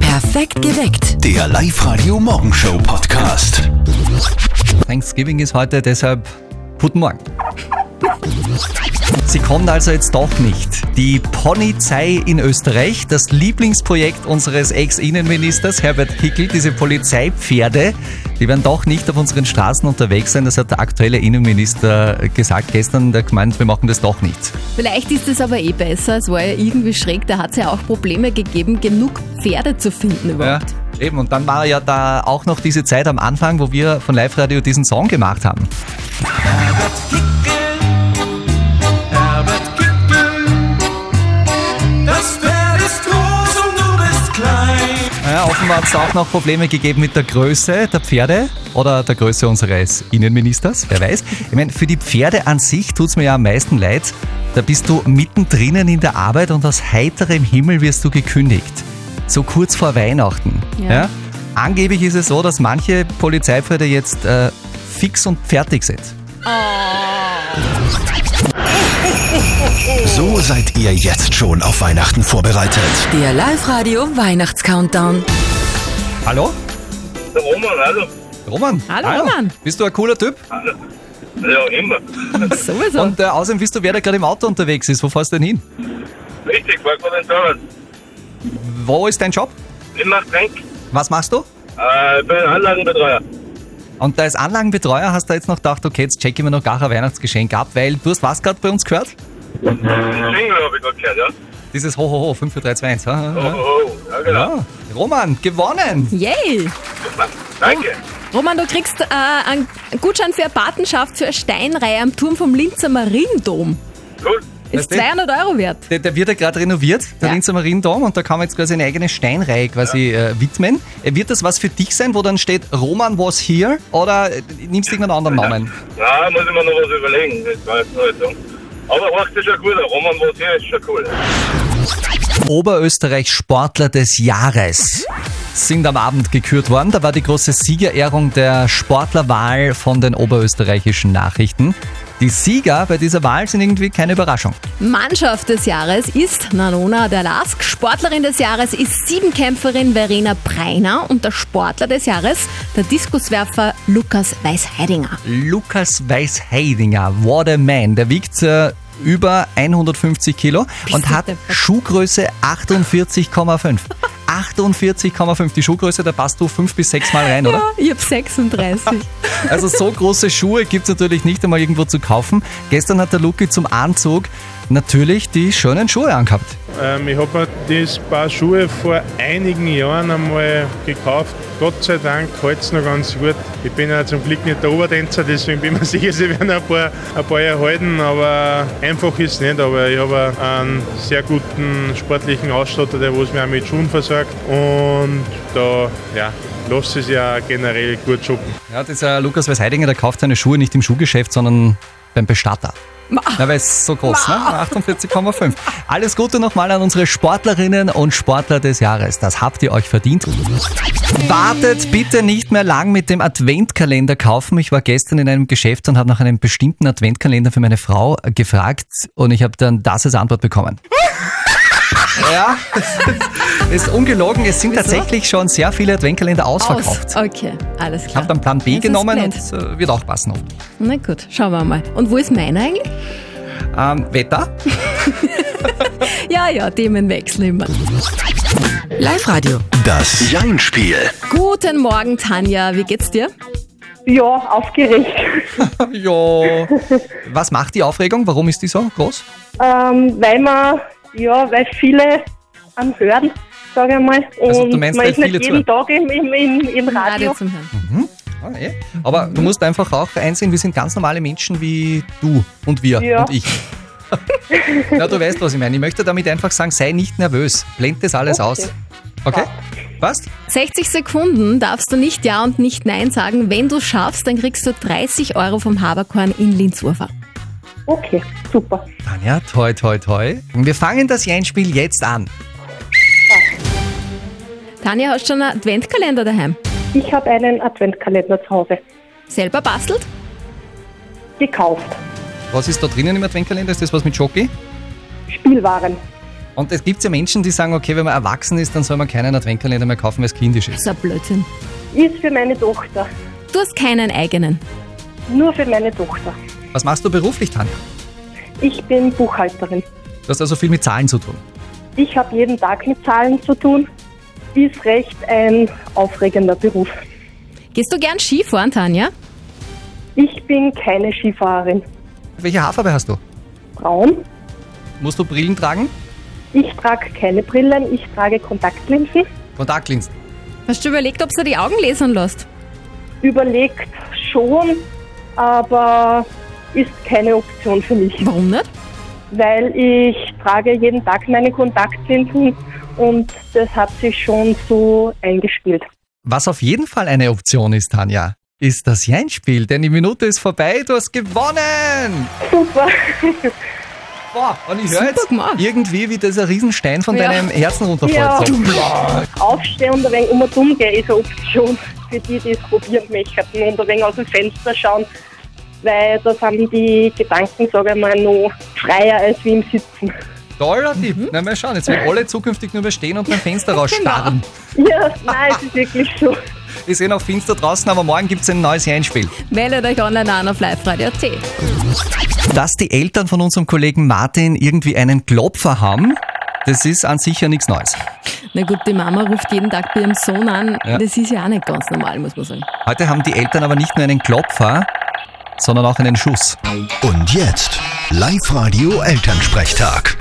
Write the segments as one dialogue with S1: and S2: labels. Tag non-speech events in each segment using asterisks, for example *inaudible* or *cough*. S1: Perfekt geweckt.
S2: Der Live-Radio Morgenshow Podcast.
S3: Thanksgiving ist heute, deshalb guten Morgen. Sie kommt also jetzt doch nicht. Die Polizei in Österreich, das Lieblingsprojekt unseres Ex-Innenministers Herbert Hickel, diese Polizeipferde, die werden doch nicht auf unseren Straßen unterwegs sein. Das hat der aktuelle Innenminister gesagt gestern. Der hat gemeint, wir machen das doch nicht.
S4: Vielleicht ist es aber eh besser. Es war ja irgendwie schräg. Da hat es ja auch Probleme gegeben, genug Pferde zu finden
S3: Ja,
S4: überhaupt.
S3: eben. Und dann war ja da auch noch diese Zeit am Anfang, wo wir von Live Radio diesen Song gemacht haben.
S5: Herbert Kickl. Das Pferd ist groß und du bist klein.
S3: Ja, offenbar hat es auch noch Probleme gegeben mit der Größe der Pferde oder der Größe unseres Innenministers, wer weiß. Ich meine, für die Pferde an sich tut es mir ja am meisten leid. Da bist du mittendrin in der Arbeit und aus heiterem Himmel wirst du gekündigt. So kurz vor Weihnachten. Ja.
S4: Ja.
S3: Angeblich ist es so, dass manche Polizeipferde jetzt äh, fix und fertig sind.
S2: So seid ihr jetzt schon auf Weihnachten vorbereitet.
S1: Der Live-Radio
S4: *laughs*
S1: Weihnachts-Countdown.
S3: Hallo?
S6: Der Roman, also,
S3: Roman.
S4: Hallo, Roman.
S3: Bist du ein cooler Typ?
S6: ja, immer.
S4: Sowieso.
S3: Und äh, außerdem bist du wer, der gerade im Auto unterwegs ist. Wo fährst du denn hin?
S6: Richtig, war gerade in Dorn.
S3: Wo ist dein Job?
S6: Ich mach Trink.
S3: Was machst du?
S6: Äh, ich bin Anlagenbetreuer.
S3: Und als Anlagenbetreuer hast du jetzt noch gedacht, okay, jetzt check ich mir noch gar ein Weihnachtsgeschenk ab, weil du hast was gerade bei uns gehört?
S6: Den Jingle hab ich gerade gehört, ja.
S3: Dieses Hohoho, 5321. ha,
S6: Oh,
S3: ha, ha.
S6: oh, oh. Ja, genau.
S3: Ja. Roman, gewonnen!
S4: Yay!
S6: Danke.
S4: Roman, du kriegst äh, einen Gutschein für eine Patenschaft für eine Steinreihe am Turm vom Linzer Mariendom.
S6: Cool.
S4: Ist
S3: Weißt du?
S4: 200 Euro wert.
S3: Der, der wird ja gerade renoviert, der
S4: Ja.
S3: Linzer Mariendom, und da kann man jetzt quasi eine eigene Steinreihe quasi äh, widmen. Äh, Wird das was für dich sein, wo dann steht, Roman was here, oder äh, nimmst du irgendeinen anderen Namen?
S6: Na, muss ich mir noch was überlegen. Das war jetzt noch nicht so. Aber macht sich schon gut. Der Roman, was hier ist, schon cool.
S3: Oberösterreich Sportler des Jahres sind am Abend gekürt worden. Da war die große Siegerehrung der Sportlerwahl von den oberösterreichischen Nachrichten. Die Sieger bei dieser Wahl sind irgendwie keine Überraschung.
S4: Mannschaft des Jahres ist Nanona Dalask, Sportlerin des Jahres ist Siebenkämpferin Verena Breiner und der Sportler des Jahres der Diskuswerfer Lukas
S1: *laughs*
S4: Weißheidinger.
S3: Lukas Weißheidinger, what a man, der wiegt äh, über 150 Kilo und
S4: du
S3: hat
S4: deppert.
S3: Schuhgröße
S4: *laughs*
S3: 48,5. 48,5, die Schuhgröße, da passt du fünf bis sechs Mal rein, oder?
S4: Ich hab 36.
S3: Also so große Schuhe gibt es natürlich nicht einmal irgendwo zu kaufen. Gestern hat der Luki zum Anzug natürlich die schönen Schuhe angehabt.
S7: Ähm, ich habe mir das Paar Schuhe vor einigen Jahren einmal gekauft. Gott sei Dank hält es noch ganz gut. Ich bin ja zum Glück nicht der Obertänzer, deswegen bin ich mir *laughs* sicher, sie werden ein paar, ein paar Jahre halten. Aber einfach ist es nicht. Aber ich habe einen sehr guten sportlichen Ausstatter, der was mich auch mit Schuhen versorgt. Und da ja, lässt es ja generell gut shoppen.
S3: Ja, dieser Lukas Weißheidinger, der kauft seine Schuhe nicht im Schuhgeschäft, sondern beim Bestatter. Na, weil es so groß, ne? 48,5. Alles Gute nochmal an unsere Sportlerinnen und Sportler des Jahres. Das habt ihr euch verdient. Wartet bitte nicht mehr lang mit dem Adventkalender kaufen. Ich war gestern in einem Geschäft und habe nach einem bestimmten Adventkalender für meine Frau äh, gefragt und ich habe dann das als Antwort bekommen. ja, *laughs* das ist ungelogen. Es sind tatsächlich schon sehr viele Adventkalender
S4: Aus.
S3: ausverkauft.
S4: Okay, alles
S3: Ich
S4: klar.
S3: habe dann Plan B
S4: Das ist
S3: genommen und
S4: blöd.
S3: äh, wird auch passen. hoffentlich.
S4: Na gut, schauen wir mal. Und wo ist meiner eigentlich?
S3: Ähm, Wetter? *laughs*
S4: Ja, ja, Themenwechsel immer.
S1: Live-Radio.
S2: Das Jein-Spiel.
S4: Guten Morgen, Tanja. Wie geht's dir?
S8: Ja, aufgeregt.
S3: ja. Was macht die Aufregung? Warum ist die so groß?
S8: Ähm, weil man, ja, weil viele am Hören, sage ich mal. Und
S3: Also du meinst,
S8: man
S3: weil
S8: ist nicht
S3: viele
S8: jeden Tag im, im, im, im Radio.
S4: zum Hören.
S3: Ah, eh. Aber du musst einfach auch einsehen, wir sind ganz normale Menschen wie du und wir
S8: Ja.
S3: und ich. *laughs* ja, du weißt, was ich meine. Ich möchte damit einfach sagen, sei nicht nervös. Blend das alles aus. Okay? Passt?
S4: 60 Sekunden darfst du nicht Ja und nicht Nein sagen. Wenn du schaffst, dann kriegst du 30 Euro vom Haberkorn in Linz-Urfa.
S8: Okay, super.
S3: Tanja, toi, toi, toi. Wir fangen das Jein-Spiel jetzt an.
S4: Tanja, hast du schon einen Adventkalender daheim?
S8: Ich habe einen Adventkalender zu Hause
S4: Selber bastelt?
S8: gekauft.
S3: Was ist da drinnen im Adventkalender? Ist das was mit Schoki?
S8: Spielwaren.
S3: Und es gibt ja Menschen, die sagen, okay, wenn man erwachsen ist, dann soll man keinen Adventkalender mehr kaufen, weil es kindisch ist.
S4: So ein Blödsinn.
S8: Ist für meine Tochter.
S4: Du hast keinen eigenen.
S8: Nur für meine Tochter.
S3: Was machst du beruflich, Tanja?
S8: Ich bin Buchhalterin.
S3: Du hast also viel mit Zahlen zu tun.
S8: Ich habe jeden Tag mit Zahlen zu tun. Ist recht ein aufregender Beruf.
S4: Gehst du gern Skifahren, Tanja?
S8: Ich bin keine Skifahrerin.
S3: Welche Haarfarbe hast du?
S8: Braun.
S3: Musst du Brillen tragen?
S8: Ich trage keine Brillen, ich trage Kontaktlinsen.
S3: Kontaktlinsen.
S4: Hast du überlegt, ob du die Augen lesen lässt?
S8: Überlegt schon, aber ist keine Option für mich,
S4: Warum nicht?
S8: weil ich trage jeden Tag meine Kontaktlinsen und das hat sich schon so eingespielt.
S3: Was auf jeden Fall eine Option ist, Tanja, ist das Jeinspiel, denn die Minute ist vorbei, du hast gewonnen!
S8: Super.
S3: Boah, und ich höre
S4: Super
S3: jetzt
S4: gemacht.
S3: irgendwie, wie dieser Riesenstein von
S4: Ja.
S3: deinem Herzen runterfällt.
S8: Ja.
S3: So.
S8: Aufstehen und ein wenig um und umgehen ist eine Option für die, die es probieren möchten und ein wenig aus dem Fenster schauen, weil da sind die Gedanken, sage ich mal, noch freier als wie im Sitzen.
S3: Toller Tipp.
S4: Mhm.
S3: Na, mal schauen, jetzt werden alle zukünftig nur mehr stehen und beim
S4: *laughs*
S3: Fenster
S4: Genau.
S3: rausstarren.
S8: Ja, nein, es ist wirklich so.
S3: Wir sehen auch finster draußen, aber morgen gibt es ein neues Jeinspiel.
S4: Meldet euch online an auf liveradio.at.
S3: Dass die Eltern von unserem Kollegen Martin irgendwie einen Klopfer haben, das ist an sich ja nichts Neues.
S4: Na gut, die Mama ruft jeden Tag bei ihrem Sohn an.
S3: Ja.
S4: Das ist ja auch nicht ganz normal, muss man sagen.
S3: Heute haben die Eltern aber nicht nur einen Klopfer, sondern auch einen Schuss.
S2: Und jetzt Live-Radio Elternsprechtag.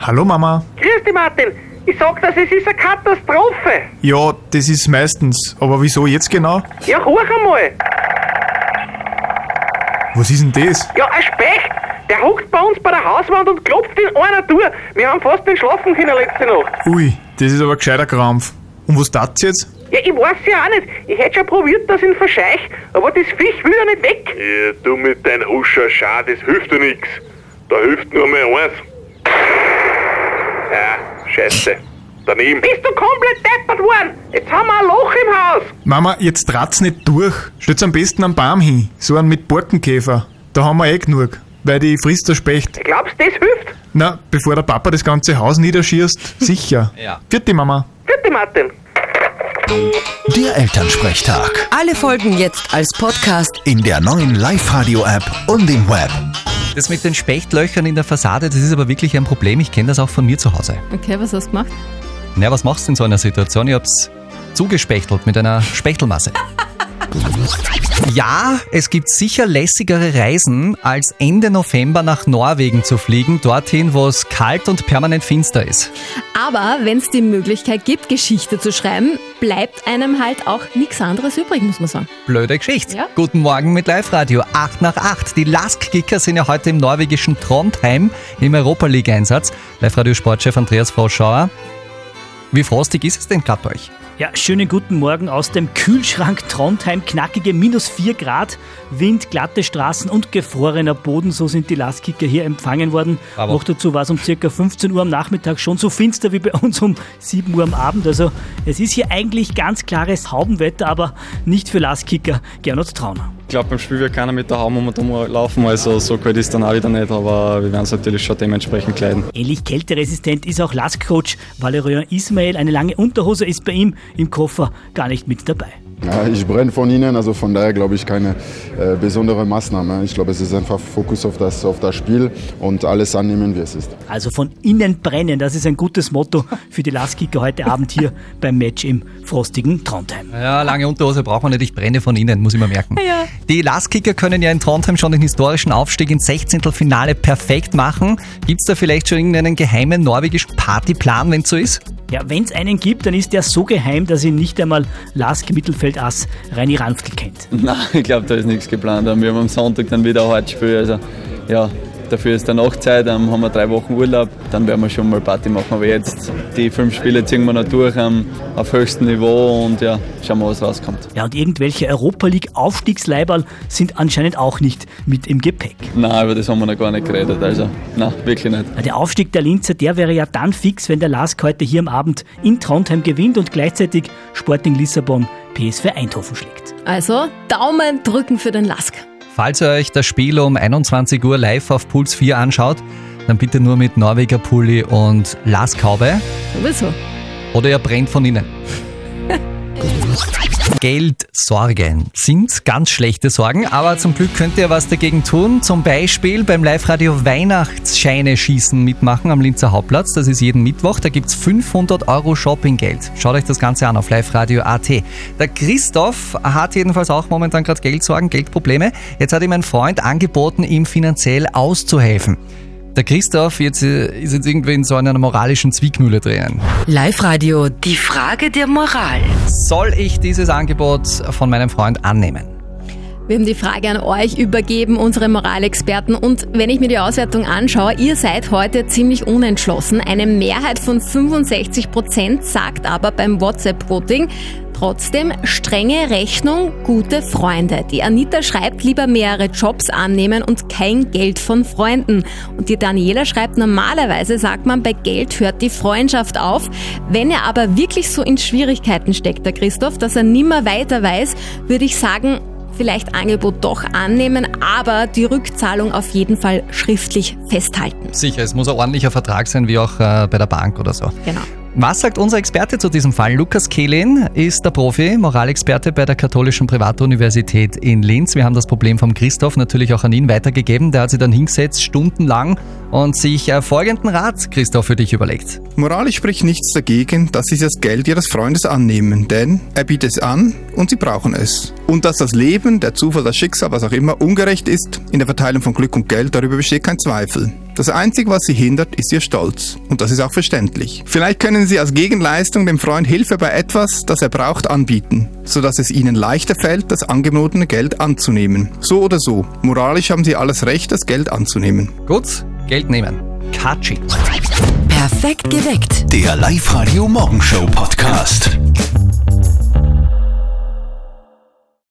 S9: Hallo Mama.
S10: Grüß dich, Martin. Ich sag das, es ist eine Katastrophe.
S9: Ja, das ist meistens. Aber wieso jetzt genau?
S10: Ja, hoch einmal.
S9: Was ist denn das?
S10: Ja, ein Specht. Der huckt bei uns bei der Hauswand und klopft in einer Tour. Wir haben fast nicht schlafen können letzte Nacht.
S9: Ui, das ist aber gescheiter Krampf. Und was tat's jetzt?
S10: Ja, ich weiß ja auch nicht. Ich hätte schon probiert, das in Verscheich, aber das Viech will ja nicht weg.
S6: Ja, du mit deinem Uschaschar, das hilft dir nix. Da hilft nur mehr eins. Ja, scheiße. Daneben.
S10: Bist du komplett deppert worden? Jetzt haben wir ein Loch im Haus.
S9: Mama, jetzt trat's nicht durch. Stellt's am besten am Baum hin. So einen mit Borkenkäfer. Da haben wir eh genug. Weil die frisst der Specht.
S10: Glaubst du, das hilft?
S9: Na, bevor der Papa das ganze Haus niederschießt, sicher.
S3: Ja.
S9: Vierte Mama.
S10: Bitte, Martin.
S2: Der Elternsprechtag.
S1: Alle Folgen jetzt als Podcast.
S2: In der neuen Live-Radio-App und im Web.
S3: Das mit den Spechtlöchern in der Fassade, das ist aber wirklich ein Problem. Ich kenne das auch von mir zu Hause.
S4: Okay, was hast du gemacht?
S3: Na, was machst du in so einer Situation? Ich hab's zugespechtelt mit einer Spechtelmasse. Ja, es gibt sicher lässigere Reisen, als Ende November nach Norwegen zu fliegen, dorthin, wo es kalt und permanent finster ist.
S4: Aber wenn es die Möglichkeit gibt, Geschichte zu schreiben, bleibt einem halt auch nichts anderes übrig, muss man sagen.
S3: Blöde Geschichte.
S4: Ja.
S3: Guten Morgen mit Live Radio. 8 nach 8. Die Lask-Kicker sind ja heute im norwegischen Trondheim im Europa League-Einsatz. Live Radio Sportchef Andreas Froschauer. Wie frostig ist es denn gerade bei euch?
S11: Ja, schönen guten Morgen aus dem Kühlschrank Trondheim. Knackige minus 4 Grad, Wind, glatte Straßen und gefrorener Boden. So sind die Lastkicker hier empfangen worden.
S3: Bravo.
S11: Noch dazu war es um circa 15 Uhr am Nachmittag schon so finster wie bei uns um 7 Uhr am Abend. Also es ist hier eigentlich ganz klares Haubenwetter, aber nicht für Lastkicker. Gernot Trauner.
S10: Ich glaube, beim Spiel wird keiner mit der Haum um und um laufen, also so kalt ist dann auch wieder nicht, aber wir werden es natürlich schon dementsprechend kleiden.
S11: Ähnlich kälteresistent ist auch Lask-Coach Valerian Ismail. Eine lange Unterhose ist bei ihm im Koffer gar nicht mit dabei.
S10: Ja, ich brenne von ihnen, also von daher glaube ich keine äh, besondere Maßnahme. Ich glaube, es ist einfach Fokus auf das, auf das Spiel und alles annehmen, wie es ist.
S11: Also von innen brennen, das ist ein gutes Motto für die Lastkicker heute Abend hier beim Match im frostigen Trondheim.
S3: Ja, lange Unterhose braucht man nicht. Ich brenne von innen, muss ich mir merken. Die Lastkicker können ja in Trondheim schon den historischen Aufstieg ins 16. Finale perfekt machen. Gibt's da vielleicht schon irgendeinen geheimen norwegischen Partyplan, wenn's so ist?
S11: Ja, wenn es einen gibt, dann ist der so geheim, dass ihn nicht einmal Lask Mittelfeldass Reini Ranfl kennt.
S10: *laughs* Nein, ich glaube, da ist nichts geplant. Wir haben am Sonntag dann wieder ein Hartspiel. Also, ja, dafür ist dann Nachtzeit, dann haben wir drei Wochen Urlaub, dann werden wir schon mal Party machen. Aber jetzt, die fünf Spiele ziehen wir noch durch ähm, auf höchstem Niveau und ja, schauen wir, was rauskommt.
S11: Ja, und irgendwelche Europa League Aufstiegsleiberl sind anscheinend auch nicht mit im Gepäck.
S10: Nein, über das haben wir noch gar nicht geredet. Also, nein, wirklich nicht.
S11: Ja, Ah, Der Aufstieg der Linzer, der wäre ja dann fix, wenn der Lask heute hier am Abend in Trondheim gewinnt und gleichzeitig Sporting Lissabon PSV Eindhoven schlägt.
S4: Also Daumen drücken für den Lask.
S3: Falls ihr euch das Spiel um 21 Uhr live auf Puls 4 anschaut, dann bitte nur mit Norweger Pulli und Laskaube.
S4: Sowieso.
S3: Oder ihr brennt von innen. *laughs* Geldsorgen sind ganz schlechte Sorgen, aber zum Glück könnt ihr was dagegen tun. Zum Beispiel beim Live-Radio Weihnachtsscheine schießen mitmachen am Linzer Hauptplatz. Das ist jeden Mittwoch. Da gibt's 500 Euro Shoppinggeld. Schaut euch das Ganze an auf liveradio.at. Der Christoph hat jedenfalls auch momentan gerade Geldsorgen, Geldprobleme. Jetzt hat ihm ein Freund angeboten, ihm finanziell auszuhelfen. Der Christoph jetzt, äh, ist jetzt irgendwie in so einer moralischen Zwickmühle drinnen.
S1: Live-Radio, die Frage der Moral.
S3: Soll ich dieses Angebot von meinem Freund annehmen?
S4: Wir haben die Frage an euch übergeben, unsere Moralexperten. Und wenn ich mir die Auswertung anschaue, ihr seid heute ziemlich unentschlossen. Eine Mehrheit von 65 Prozent sagt aber beim WhatsApp-Voting, Trotzdem strenge Rechnung, gute Freunde. Die Anita schreibt lieber mehrere Jobs annehmen und kein Geld von Freunden. Und die Daniela schreibt, normalerweise sagt man, bei Geld hört die Freundschaft auf. Wenn er aber wirklich so in Schwierigkeiten steckt, der Christoph, dass er nimmer weiter weiß, würde ich sagen, vielleicht Angebot doch annehmen, aber die Rückzahlung auf jeden Fall schriftlich festhalten.
S3: Sicher, es muss ein ordentlicher Vertrag sein, wie auch äh, bei der Bank oder so.
S4: Genau.
S3: Was sagt unser Experte zu diesem Fall? Lukas Kehlin ist der Profi, Moralexperte bei der Katholischen Privatuniversität in Linz. Wir haben das Problem vom Christoph natürlich auch an ihn weitergegeben. Der hat sich dann hingesetzt, stundenlang, und sich äh, folgenden Rat, Christoph, für dich überlegt.
S12: Moralisch spricht nichts dagegen, dass sie das Geld ihres Freundes annehmen, denn er bietet es an und sie brauchen es. Und dass das Leben, der Zufall, das Schicksal, was auch immer, ungerecht ist in der Verteilung von Glück und Geld, darüber besteht kein Zweifel. Das Einzige, was sie hindert, ist ihr Stolz. Und das ist auch verständlich. Vielleicht können sie als Gegenleistung dem Freund Hilfe bei etwas, das er braucht, anbieten, sodass es ihnen leichter fällt, das angebotene Geld anzunehmen. So oder so. Moralisch haben sie alles Recht, das Geld anzunehmen.
S3: Gut, Geld nehmen. Katschi.
S1: Perfekt geweckt.
S2: Der Live-Radio Morgenshow Podcast.